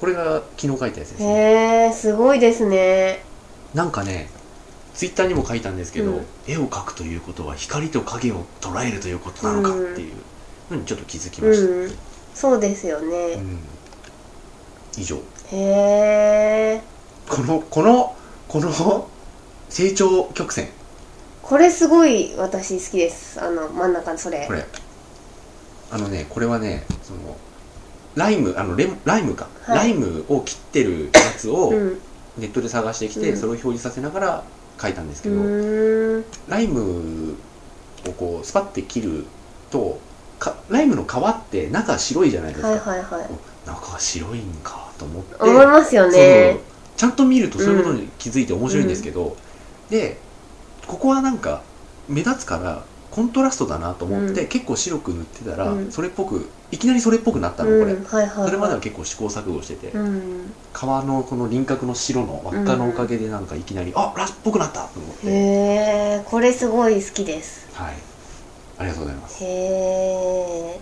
S1: これが昨日書いたやつですね
S2: へえすごいですね
S1: なんかねツイッターにも書いたんですけど、
S2: うん
S1: 絵を描くということは光と影を捉えるということなのかっていうのにちょっと気づきました、
S2: うんそうですよ
S1: う
S2: ね
S1: ん以上
S2: へえ
S1: このこのこの成長曲線
S2: これすごい私好きですあの真ん中のそれ
S1: これあのねこれはねそのライムあのレモライムか、
S2: はい
S1: ライムを切ってるやつを
S2: うん
S1: ネットで探してきて、
S2: うん
S1: それを表示させながら描いたんです
S2: う
S1: けど、
S2: ーん
S1: ライムをこうスパッて切るとかライムの皮って中白いじゃないですか、
S2: はいはいはい
S1: 中白いんかと思って
S2: 思いますよね
S1: そうちゃんと見るとそういうことに気づいて面白いんですけど、でここはなんか目立つからコントラストだなと思って、
S2: う
S1: 結構白く塗ってたら、
S2: うん
S1: それっぽくいきなりそれっぽくなったのこれ、
S2: うんはいはいはい
S1: それまでは結構試行錯誤してて、
S2: うん
S1: 皮のこの輪郭の白の輪っかのおかげでなんかいきなり、あラっぽくなったと思って、
S2: へえこれすごい好きです
S1: はいありがとうございます
S2: へえ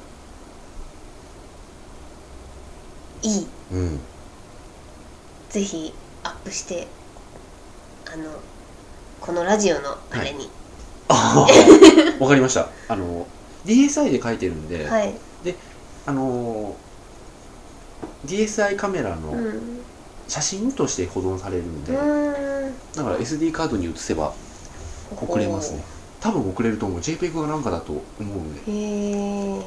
S2: いい
S1: うん
S2: ぜひアップしてあのこのラジオのあれに <laughs>
S1: ああわかりましたあの DSI で書いてるんで、
S2: はい、
S1: あのー DSI カメラ
S2: う
S1: の
S2: ん
S1: 写真として保存されるん
S2: う
S1: で、
S2: ーん
S1: だから SD カードに移せば送れますね多分送れると思う JPEG がなんかだと思うんで、
S2: へえ
S1: はい、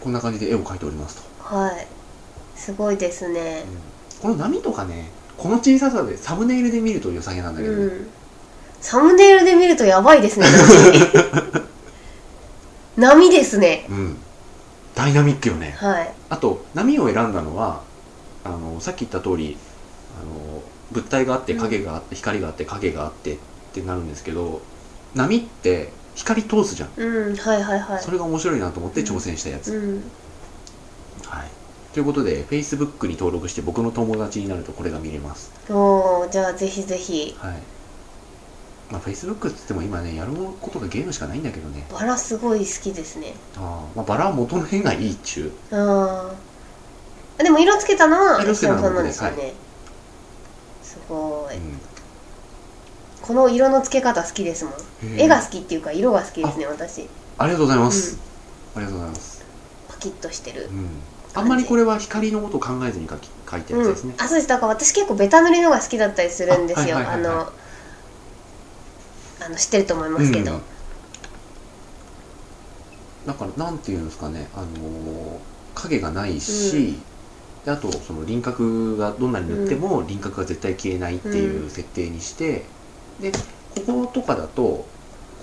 S1: こんな感じで絵を描いておりますと、
S2: はいすごいですね
S1: この波とかねこの小ささでサムネイルで見ると良さげなんだけどね、
S2: うんサムネイルで見るとやばいです
S1: <laughs>
S2: ね波ですね
S1: うんダイナミックよね、
S2: はい
S1: あと波を選んだのはあのさっき言った通りあの物体があって
S2: うん
S1: 影があって、光があって影があってってなるんですけど波って光通すじゃん、
S2: うんはいはいはい
S1: それが面白いなと思って挑戦したやつ、
S2: うん
S1: はい、ということで Facebook に登録して僕の友達になるとこれが見れます、
S2: おーじゃあぜひぜひ
S1: はいまあ、Facebook っつっても今ねやることがゲームしかないんだけどね
S2: バラすごい好きですね
S1: あー、まあ、バラは元の辺がいいっちゅう
S2: ああでも色つけたのは
S1: 色つけたのは
S2: さんな
S1: 僕
S2: ん
S1: で
S2: ですすかね、すごい、
S1: う
S2: この色のつけ方好きですもん
S1: ん、
S2: 絵が
S1: へー
S2: 好きっていうか色が好きですね私
S1: ありがとうございます、ありがとうございます
S2: パキッとしてる、
S1: うん、あんまりこれは光のことを考えずに書き書いてるやつですね、
S2: あそうですだから私結構ベタ塗りのが好きだったりするんですよ
S1: あ
S2: あ,、
S1: はいはいはいはい
S2: のあの知ってると思いますけど、
S1: うんだからなんていうんですかね、あのー影がないし、
S2: うん
S1: であとその輪郭がどんなに塗っても輪郭が絶対消えないっていう設定にして、でこことかだと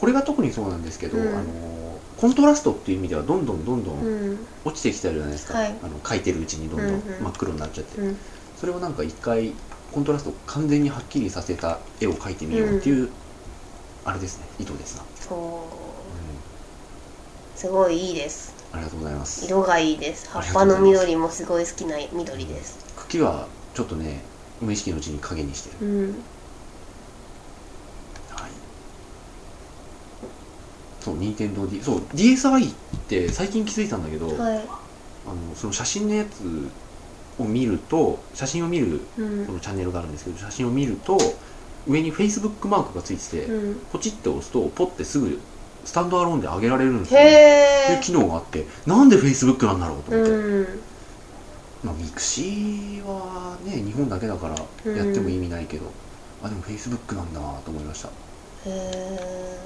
S1: これが特にそうなんですけど、
S2: うん
S1: あのーコントラストっていう意味ではどんどんどんど
S2: うんん
S1: 落ちてきたじゃないですか、
S2: はい
S1: あの描いてるうちにどんどん
S2: うんうん
S1: 真っ黒になっちゃって、
S2: うん
S1: それをなんか一回コントラストを完全にはっきりさせた絵を描いてみようっていう、あれですね意図ですな、
S2: そう
S1: う
S2: すごいいいです
S1: ん、ありがとうございます
S2: 色がいいです葉
S1: あ
S2: っ
S1: りが
S2: ぱ
S1: とうござ
S2: の
S1: います
S2: 緑もすごい好きな緑です
S1: 茎はちょっとね無意識のうちに影にしてる、
S2: うん
S1: はいそう任天堂 D そう DSi って最近気づいたんだけど、
S2: は
S1: あのその写真のやつを見ると写真を見る
S2: いうん
S1: このチャンネルがあるんですけど写真を見ると上に Facebook マークがついてて、
S2: うん
S1: ポチって押すとポッてすぐスタンドアローンで上げられるんです
S2: へ
S1: よ、ってい
S2: え
S1: う機能があってなんで Facebook なんだろうと思って、
S2: うん
S1: まあ、ミクシーはね日本だけだからやっても意味ないけど、あでも Facebook なんだと思いました
S2: へえ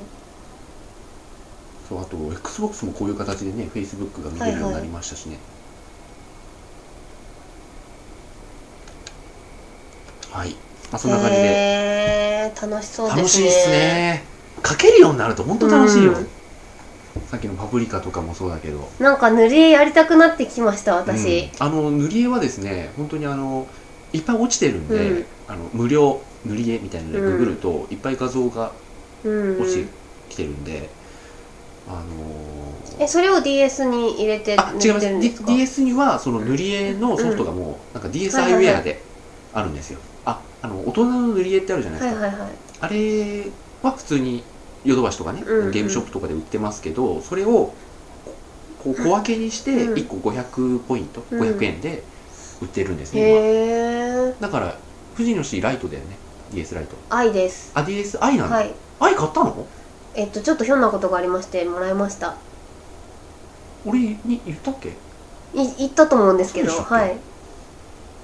S1: そうあと XBOX もこういう形でね Facebook が見れるようになりましたしねはい、まあ、そんな感じで
S2: へー楽しそうで
S1: 楽し
S2: す
S1: い
S2: ね
S1: ですね書けるようになると本当楽しいよ、
S2: うん
S1: さっきのパプリカとかもそうだけど
S2: なんか塗り絵やりたくなってきました私、
S1: うんあの塗り絵はですね本当にあのいっぱい落ちてるんで、
S2: うん
S1: あの無料塗り絵みたいなので
S2: うん
S1: ググるといっぱい画像が
S2: うん
S1: 落ちてきてるんで、あのー
S2: えそれを DS に入れて
S1: あ違い
S2: 塗
S1: ま
S2: ってる
S1: す
S2: んです
S1: D-
S2: か
S1: DS にはその塗り絵のソフトがもうなんか DSi ウェアであるんですよ、ああの大人の塗り絵ってあるじゃないで
S2: は
S1: す
S2: い
S1: か、
S2: はいはい
S1: あれは普通にヨドバシとかね、
S2: うんうん
S1: ゲームショップとかで売ってますけどそれをこう小分けにして
S2: うん
S1: 1個500ポイント、
S2: うん
S1: 500円で売ってるんですね、今
S2: へえ
S1: だから富士の市ライトだよね DS ライト
S2: 愛です
S1: あ DSi なんだ、
S2: はい
S1: 愛買ったの
S2: えっとちょっとひょんなことがありましてもらいました
S1: 俺に言ったっけ
S2: い言ったと思うんですけど
S1: そうでしたっ
S2: は
S1: け
S2: い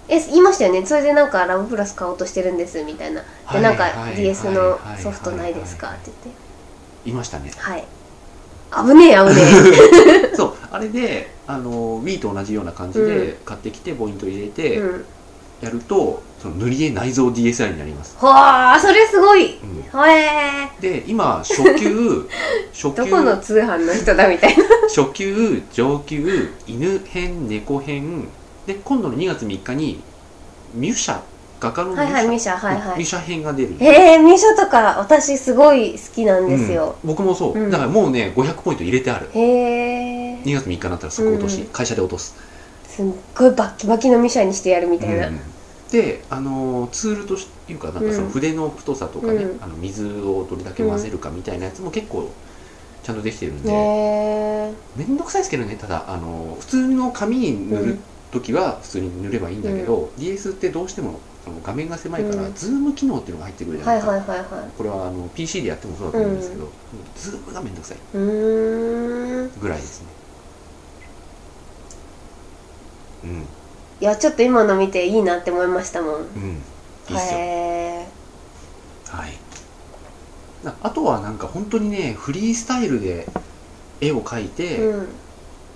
S2: え言いましたよねそれでなんかラブプラス買おうとしてるんですみたいなでなん
S1: はいはいは
S2: か
S1: い
S2: DS のソフトないですかって言って
S1: 言いましたね <laughs>
S2: はい危ねえ危ね
S1: そうあれであの Wii と同じような感じで買ってきてポイント入れ <laughs>
S2: え、
S1: て
S2: うん、
S1: やると、その塗り絵内蔵 DSi になります、
S2: はあそれすごい
S1: うん
S2: はえ
S1: で今初級
S2: <laughs>
S1: 初
S2: どこの
S1: 級
S2: 通販の人だみた
S1: <laughs>
S2: いな
S1: 初級上級犬編猫編で今度の2月3日にミュシャ画家のミュ
S2: はい
S1: シャ、
S2: はいミシャはい
S1: うん
S2: は
S1: ミュ
S2: い
S1: シャ編が出る
S2: えー、ミシャとか私すごい好きなんですよ、
S1: うん僕もそう、
S2: うん
S1: だからもうね500ポイント入れてある
S2: へえ
S1: 2月3日になったら即落とし、
S2: うん
S1: 会社で落とす、
S2: すっごいバッキバキのミシャにしてやるみたいな、
S1: うんであのーツールというかなんかそ
S2: う
S1: の
S2: ん
S1: 筆の太さとかね、
S2: うん
S1: あの水をどれだけ混ぜるかみたいなやつも結構ちゃんとできてるんで、
S2: へえ
S1: めんどくさいですけどねただあの普通の紙に塗る時は普通に塗ればいいんだけど、DS ってどうしてもあの画面が狭いから、
S2: うん
S1: ズーム機能っていうのが入ってくるじゃ
S2: は
S1: ない
S2: い
S1: ですか、
S2: はいはいは
S1: これはあの PC でやってもそうだと思うんですけど、ズームがめんどくさい
S2: いうーん
S1: ぐらいですねうん
S2: いやちょっと今の見ていいなって思いましたもん
S1: うんいいっすよ
S2: へえ
S1: はいなあとはなんか本当にねフリースタイルで絵を描いて、
S2: うん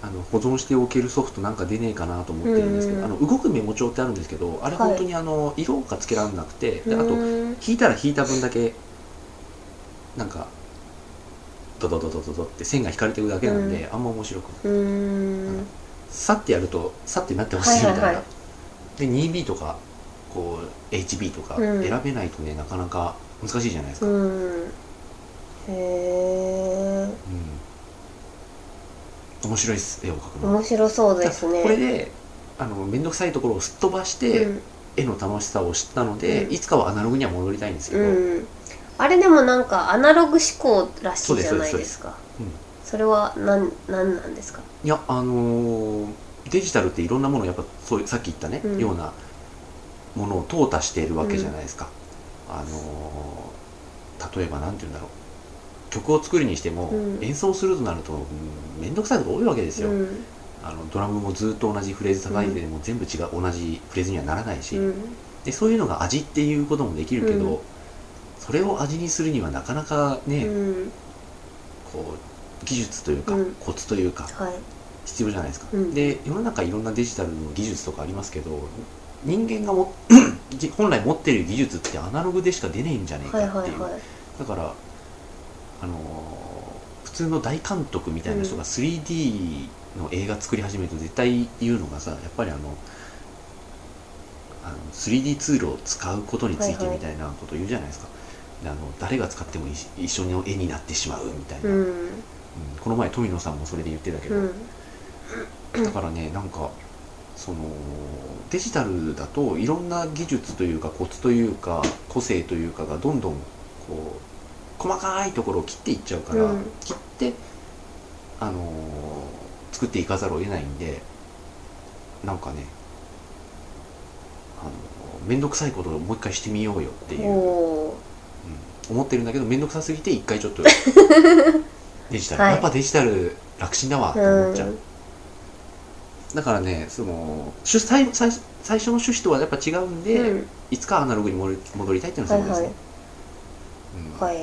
S1: あの保存しておけるソフトなんか出ねえかなと思ってるんですけど、
S2: うん
S1: あの動くメモ帳ってあるんですけどあれ
S2: はい
S1: 本当にあの、色がつけられなくてであと
S2: うん
S1: 引いたら引いた分だけなんかドドドドドドって線が引かれてるだけなんで、あんま面白くない
S2: うん
S1: さってやるとさってなってほしいみたいな、
S2: はいはいはい
S1: で 2B とかこう HB とか
S2: うん
S1: 選べないとね、なかなか難しいじゃないですか、
S2: うんへえ
S1: うん面白いです絵を描くの
S2: 面白そうですね
S1: これであの面倒くさいところをすっ飛ばして、
S2: うん
S1: 絵の楽しさを知ったので、
S2: うん
S1: いつかはアナログには戻りたいんですけど、
S2: うん、あれでもなんかアナログ思考らしいじゃないですか
S1: そうですそうです
S2: そ
S1: そうで
S2: れはなんなんなんですか
S1: いやあのーデジタルっていろんなものをやっぱそういうさっき言ったね、
S2: うん
S1: ようなものを淘汰しているわけじゃないですか、あのー例えば何て言うんだろう曲を作るにしても、
S2: うん
S1: 演奏するとなるとうん面倒くさいこと多いわけですよ、
S2: うん
S1: あのドラムもずっと同じフレーズ叩いてでも全部違う同じフレーズにはならないし、
S2: うん
S1: でそういうのが味っていうこともできるけど、
S2: うん
S1: それを味にするにはなかなかね、
S2: うん
S1: こう技術というか、
S2: うん
S1: コツというか
S2: はい
S1: 必要じゃないですか、
S2: うん
S1: で世の中いろんなデジタルの技術とかありますけど人間がも <clears throat> 本来持ってる技術ってアナログでしか出ねえんじゃねえ
S2: はい
S1: かっ
S2: は
S1: て
S2: い
S1: いう、
S2: はい
S1: だからあのー普通の大監督みたいな人が 3D の映画作り始めると絶対言うのがさやっぱりあのあの 3D ツールを使うことについてみたいなことを言うじゃないですか、であの誰が使っても一一緒の絵になってしまうみたいな、
S2: う
S1: うん
S2: ん
S1: この前富野さんもそれで言ってたけど、
S2: うん
S1: だからねなんかそのデジタルだといろんな技術というかコツというか個性というかがどんどんこう細かいところを切っていっちゃうから、
S2: うん
S1: 切ってあのー作っていかざるを得ないんでなんかねあの面倒くさいことをもう一回してみようよっていう、うん
S2: お
S1: 思ってるんだけど面倒くさすぎて一回ちょ
S2: <laughs>
S1: っとデジタル、
S2: はい
S1: やっぱデジタル楽ちんだわって思っちゃう。だからねその主最最最初の趣旨とはやっぱ違うんで、
S2: うん
S1: いつかアナログに戻り戻りたいっていうのはそうですね、うん
S2: はい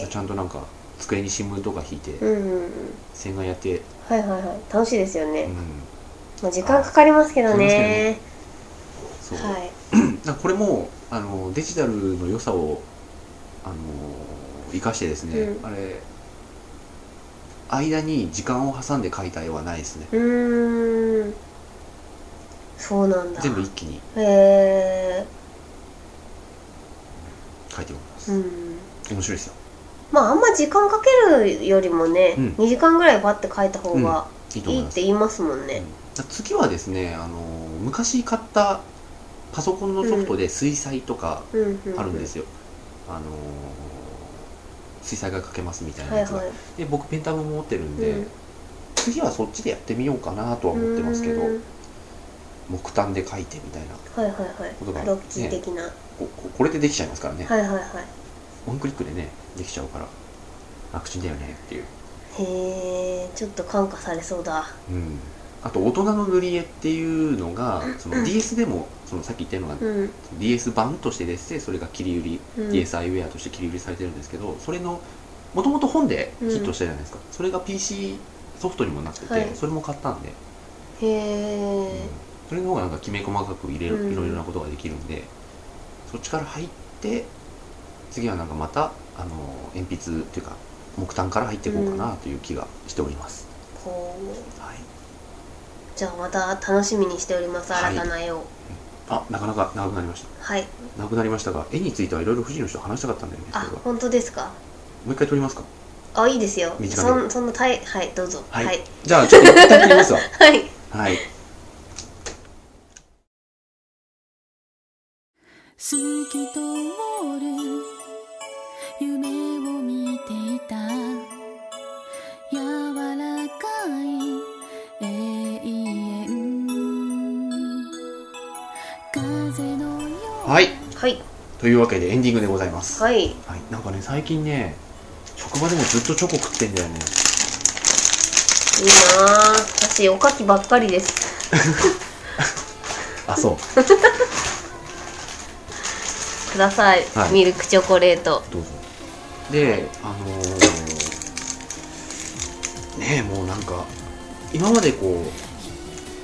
S1: じゃあちゃんとなんか机に新聞とか引いて、
S2: うんうんうん
S1: 洗顔やって、
S2: はいはいはい楽しいですよ
S1: う
S2: ね
S1: ん、
S2: まあ時間かかりますけどね
S1: そう、
S2: はい
S1: だからこれもあのデジタルの良さをあの生かしてですね、
S2: うん
S1: あれ間に時間を挟んで描いた絵はないですね
S2: うーんそうなんだ
S1: 全部一気に
S2: へえ
S1: 描いております、
S2: うん
S1: 面白いですよ
S2: まああんま時間かけるよりもね、
S1: うん
S2: 2時間ぐらいバッて書いた方が
S1: いいと
S2: い
S1: 思
S2: い
S1: いま
S2: っ
S1: す
S2: て言いますもんね
S1: 次はですね、あの昔買ったパソコンのソフトで水彩とか
S2: うんうんうん
S1: あるんですよ、あの水彩画描けますみたいな
S2: はい
S1: やつが、
S2: はい
S1: で僕ペンタブも持ってるんで、
S2: うん
S1: 次はそっちでやってみようかなとは思ってますけど
S2: うーん
S1: 木炭で描いてみたいな
S2: はいはいはい
S1: ことがね
S2: ロッキー的な、
S1: こここれでできちゃいますからね、
S2: はいはいは
S1: ワンクリックでねできちゃうから楽ちんだよねっていう、
S2: いへえちょっと感化されそうだ
S1: うん、あと大人の塗り絵っていうのがその DS でもそのさっき言ったような
S2: うん
S1: DS 版としてですねそれが切り売り
S2: うん
S1: DS アイウェアとして切り売りされてるんですけどそれのもともと本でヒットしたじゃないですか、それが PC ソフトにもなってて、
S2: はい
S1: それも買ったんで、
S2: へえ
S1: うんそれの方がなんかきめ細かく入れる、
S2: うん
S1: いろいろなことができるんでそっちから入って次はなんかまたあの鉛筆っていうか木炭から入っていこうかなという気がしております、
S2: こう
S1: はい、
S2: じゃあまた楽しみにしております
S1: はい
S2: 新たな絵を
S1: あなかなか長くなりました
S2: はい、
S1: 長くなりましたが絵についてはいろいろ藤井の人と話したかったんだよねそ
S2: あ
S1: れは
S2: 本当ですか
S1: もう一回撮りますか
S2: あいいですよ
S1: 短めで
S2: そんそんなたいはいどうぞ
S1: はい
S2: はい、
S1: じゃあちょっと一旦切りますわ
S2: はい
S1: はい
S3: 透き通る夢を見ていた柔らかい永遠風のよう
S1: はい
S2: はい
S1: というわけでエンディングでございます、は
S2: はい
S1: いなんかね最近ね職場でもずっとチョコ食ってんだよね
S2: いいなあ私おかきばっかりです
S1: あそう
S2: ください、
S1: はい
S2: ミルクチョコレート
S1: どうぞであのー、ねえもうなんか今までこう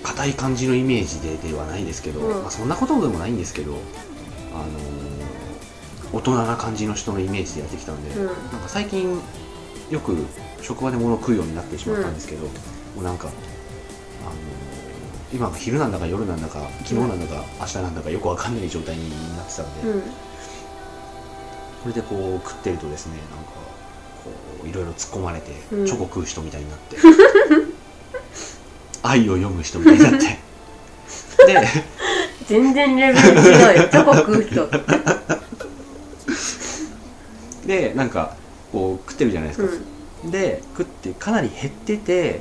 S1: 硬い感じのイメージでではないですけど、
S2: うん
S1: まあ、そんなことでもないんですけどあのー大人な感じの人のイメージでやってきたんで、
S2: うん
S1: なんか最近よく職場で物を食うようになってしまったんですけど、もうなんか、あの今が昼なんだか夜なんだか昨日なんだか明日なんだかよくわかんない状態になってたので、
S2: うん
S1: それでこう食ってるとですねなんかこういろいろ突っ込まれて、
S2: うん
S1: チョコ食う人みたいになって <laughs> 愛を読む人みたいになって
S2: <laughs>
S1: で
S2: 全然レベル <laughs> 違うよチョコ食う人
S1: でなんかこう食ってるじゃないですか、で食ってかなり減ってて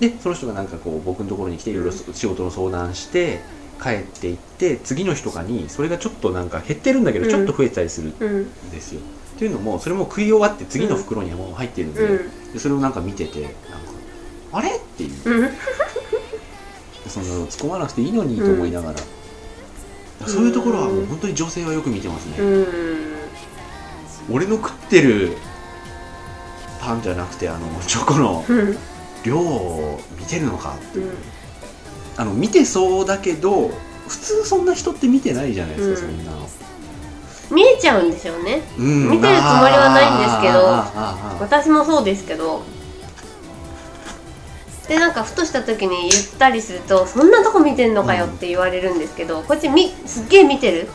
S1: でその人がなんかこう僕のところに来ていろいろ仕事の相談して帰っていって次の日とかにそれがちょっとなんか減ってるんだけど
S2: うん
S1: ちょっと増えてたりするん
S2: うんうん
S1: ですよ、っていうのもそれも食い終わって次の袋にはもう入ってるんで、
S2: うん
S1: でそれをなんか見ててなんかあれっていう
S2: うん
S1: その突っ込まなくていいのにと思いながら、だからそういうところはもう本当に女性はよく見てますね、
S2: うん
S1: 俺の食ってるパンじゃなくてあのチョコの
S2: うんうん
S1: 量を見てるのかあの見てそうだけど普通そんな人って見てないじゃないですか、
S2: うん
S1: そんなの、
S2: 見えちゃうんでしょうね
S1: うん
S2: 見てるつもりはないんですけど
S1: あーあーあーあー
S2: 私もそうですけどでなんかふとした時に言ったりすると「そんなとこ見てんのかよ」って言われるんですけどこっちみすっげえ見てる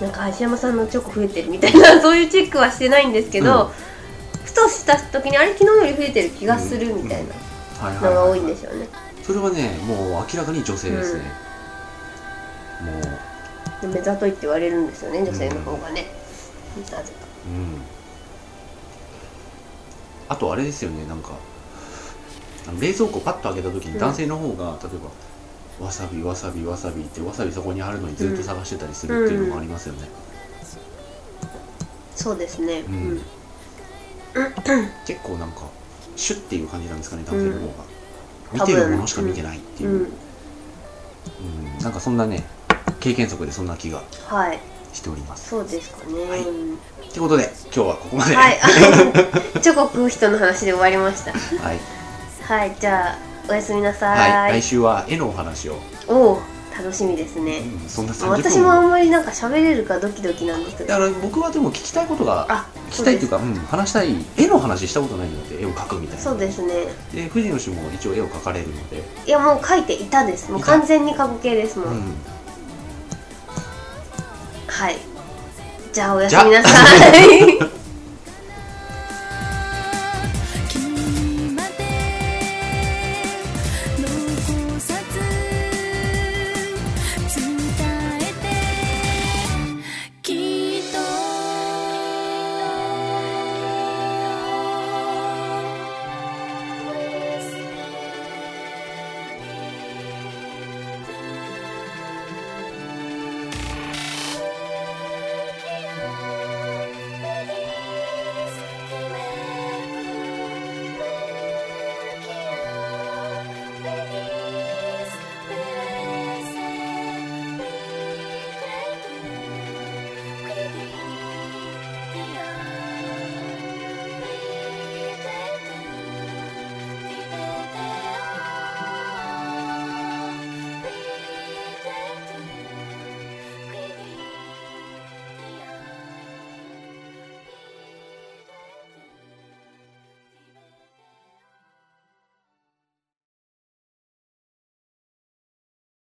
S1: うん
S2: なんか橋山さんのチョコ増えてるみたい <laughs> なそういうチェックはしてないんですけど、ふとした時にあれ昨日より増えてる気がするみたいな
S1: はいは
S2: の
S1: い
S2: が
S1: はい
S2: 多いんでしょうね
S1: それはねもう明らかに女性ですね、もう
S2: で目ざといって言われるんですよね女性の方がね、なぜか
S1: うんあとあれですよねなんかあの冷蔵庫パッと開けた時
S2: う
S1: に
S2: ん
S1: 男性の方が、例えばわさびわさびわさびってわさびそこにあるのにずっと探してたりするっていうのもありますよね、
S2: そうですねう、
S1: うんん結構なんかシュッていう感じなんですかね男性の方
S2: ん
S1: が、見てるものしか見てないっていう、
S2: うん
S1: うんなんかそんなね経験則でそんな気が
S2: はい
S1: しております
S2: そうですかね、
S1: は
S2: はいい、
S1: ってことで今日はここまで
S2: あ <laughs> チョコ食う人の話で終わりました
S1: はい
S2: はいじゃあおやすみなさい、
S1: はい、来週は絵のお話を、
S2: おお楽しみですね、
S1: うんそんな30分
S2: 私もあんまりなんか喋れるかドキドキなんですけ
S1: だ
S2: ど
S1: から僕はでも聞きたいことが
S2: あ
S1: 聞
S2: そう
S1: きた
S2: で
S1: い
S2: す
S1: というか、うん、話したい絵の話したことないので絵を描くみたいな
S2: そうですね
S1: で藤野氏も一応絵を描かれるので、
S2: いやもう書いていたですもう
S1: いた
S2: 完全に過去形ですも、
S1: うんん、
S2: <laughs> はいじゃあおやすみなさい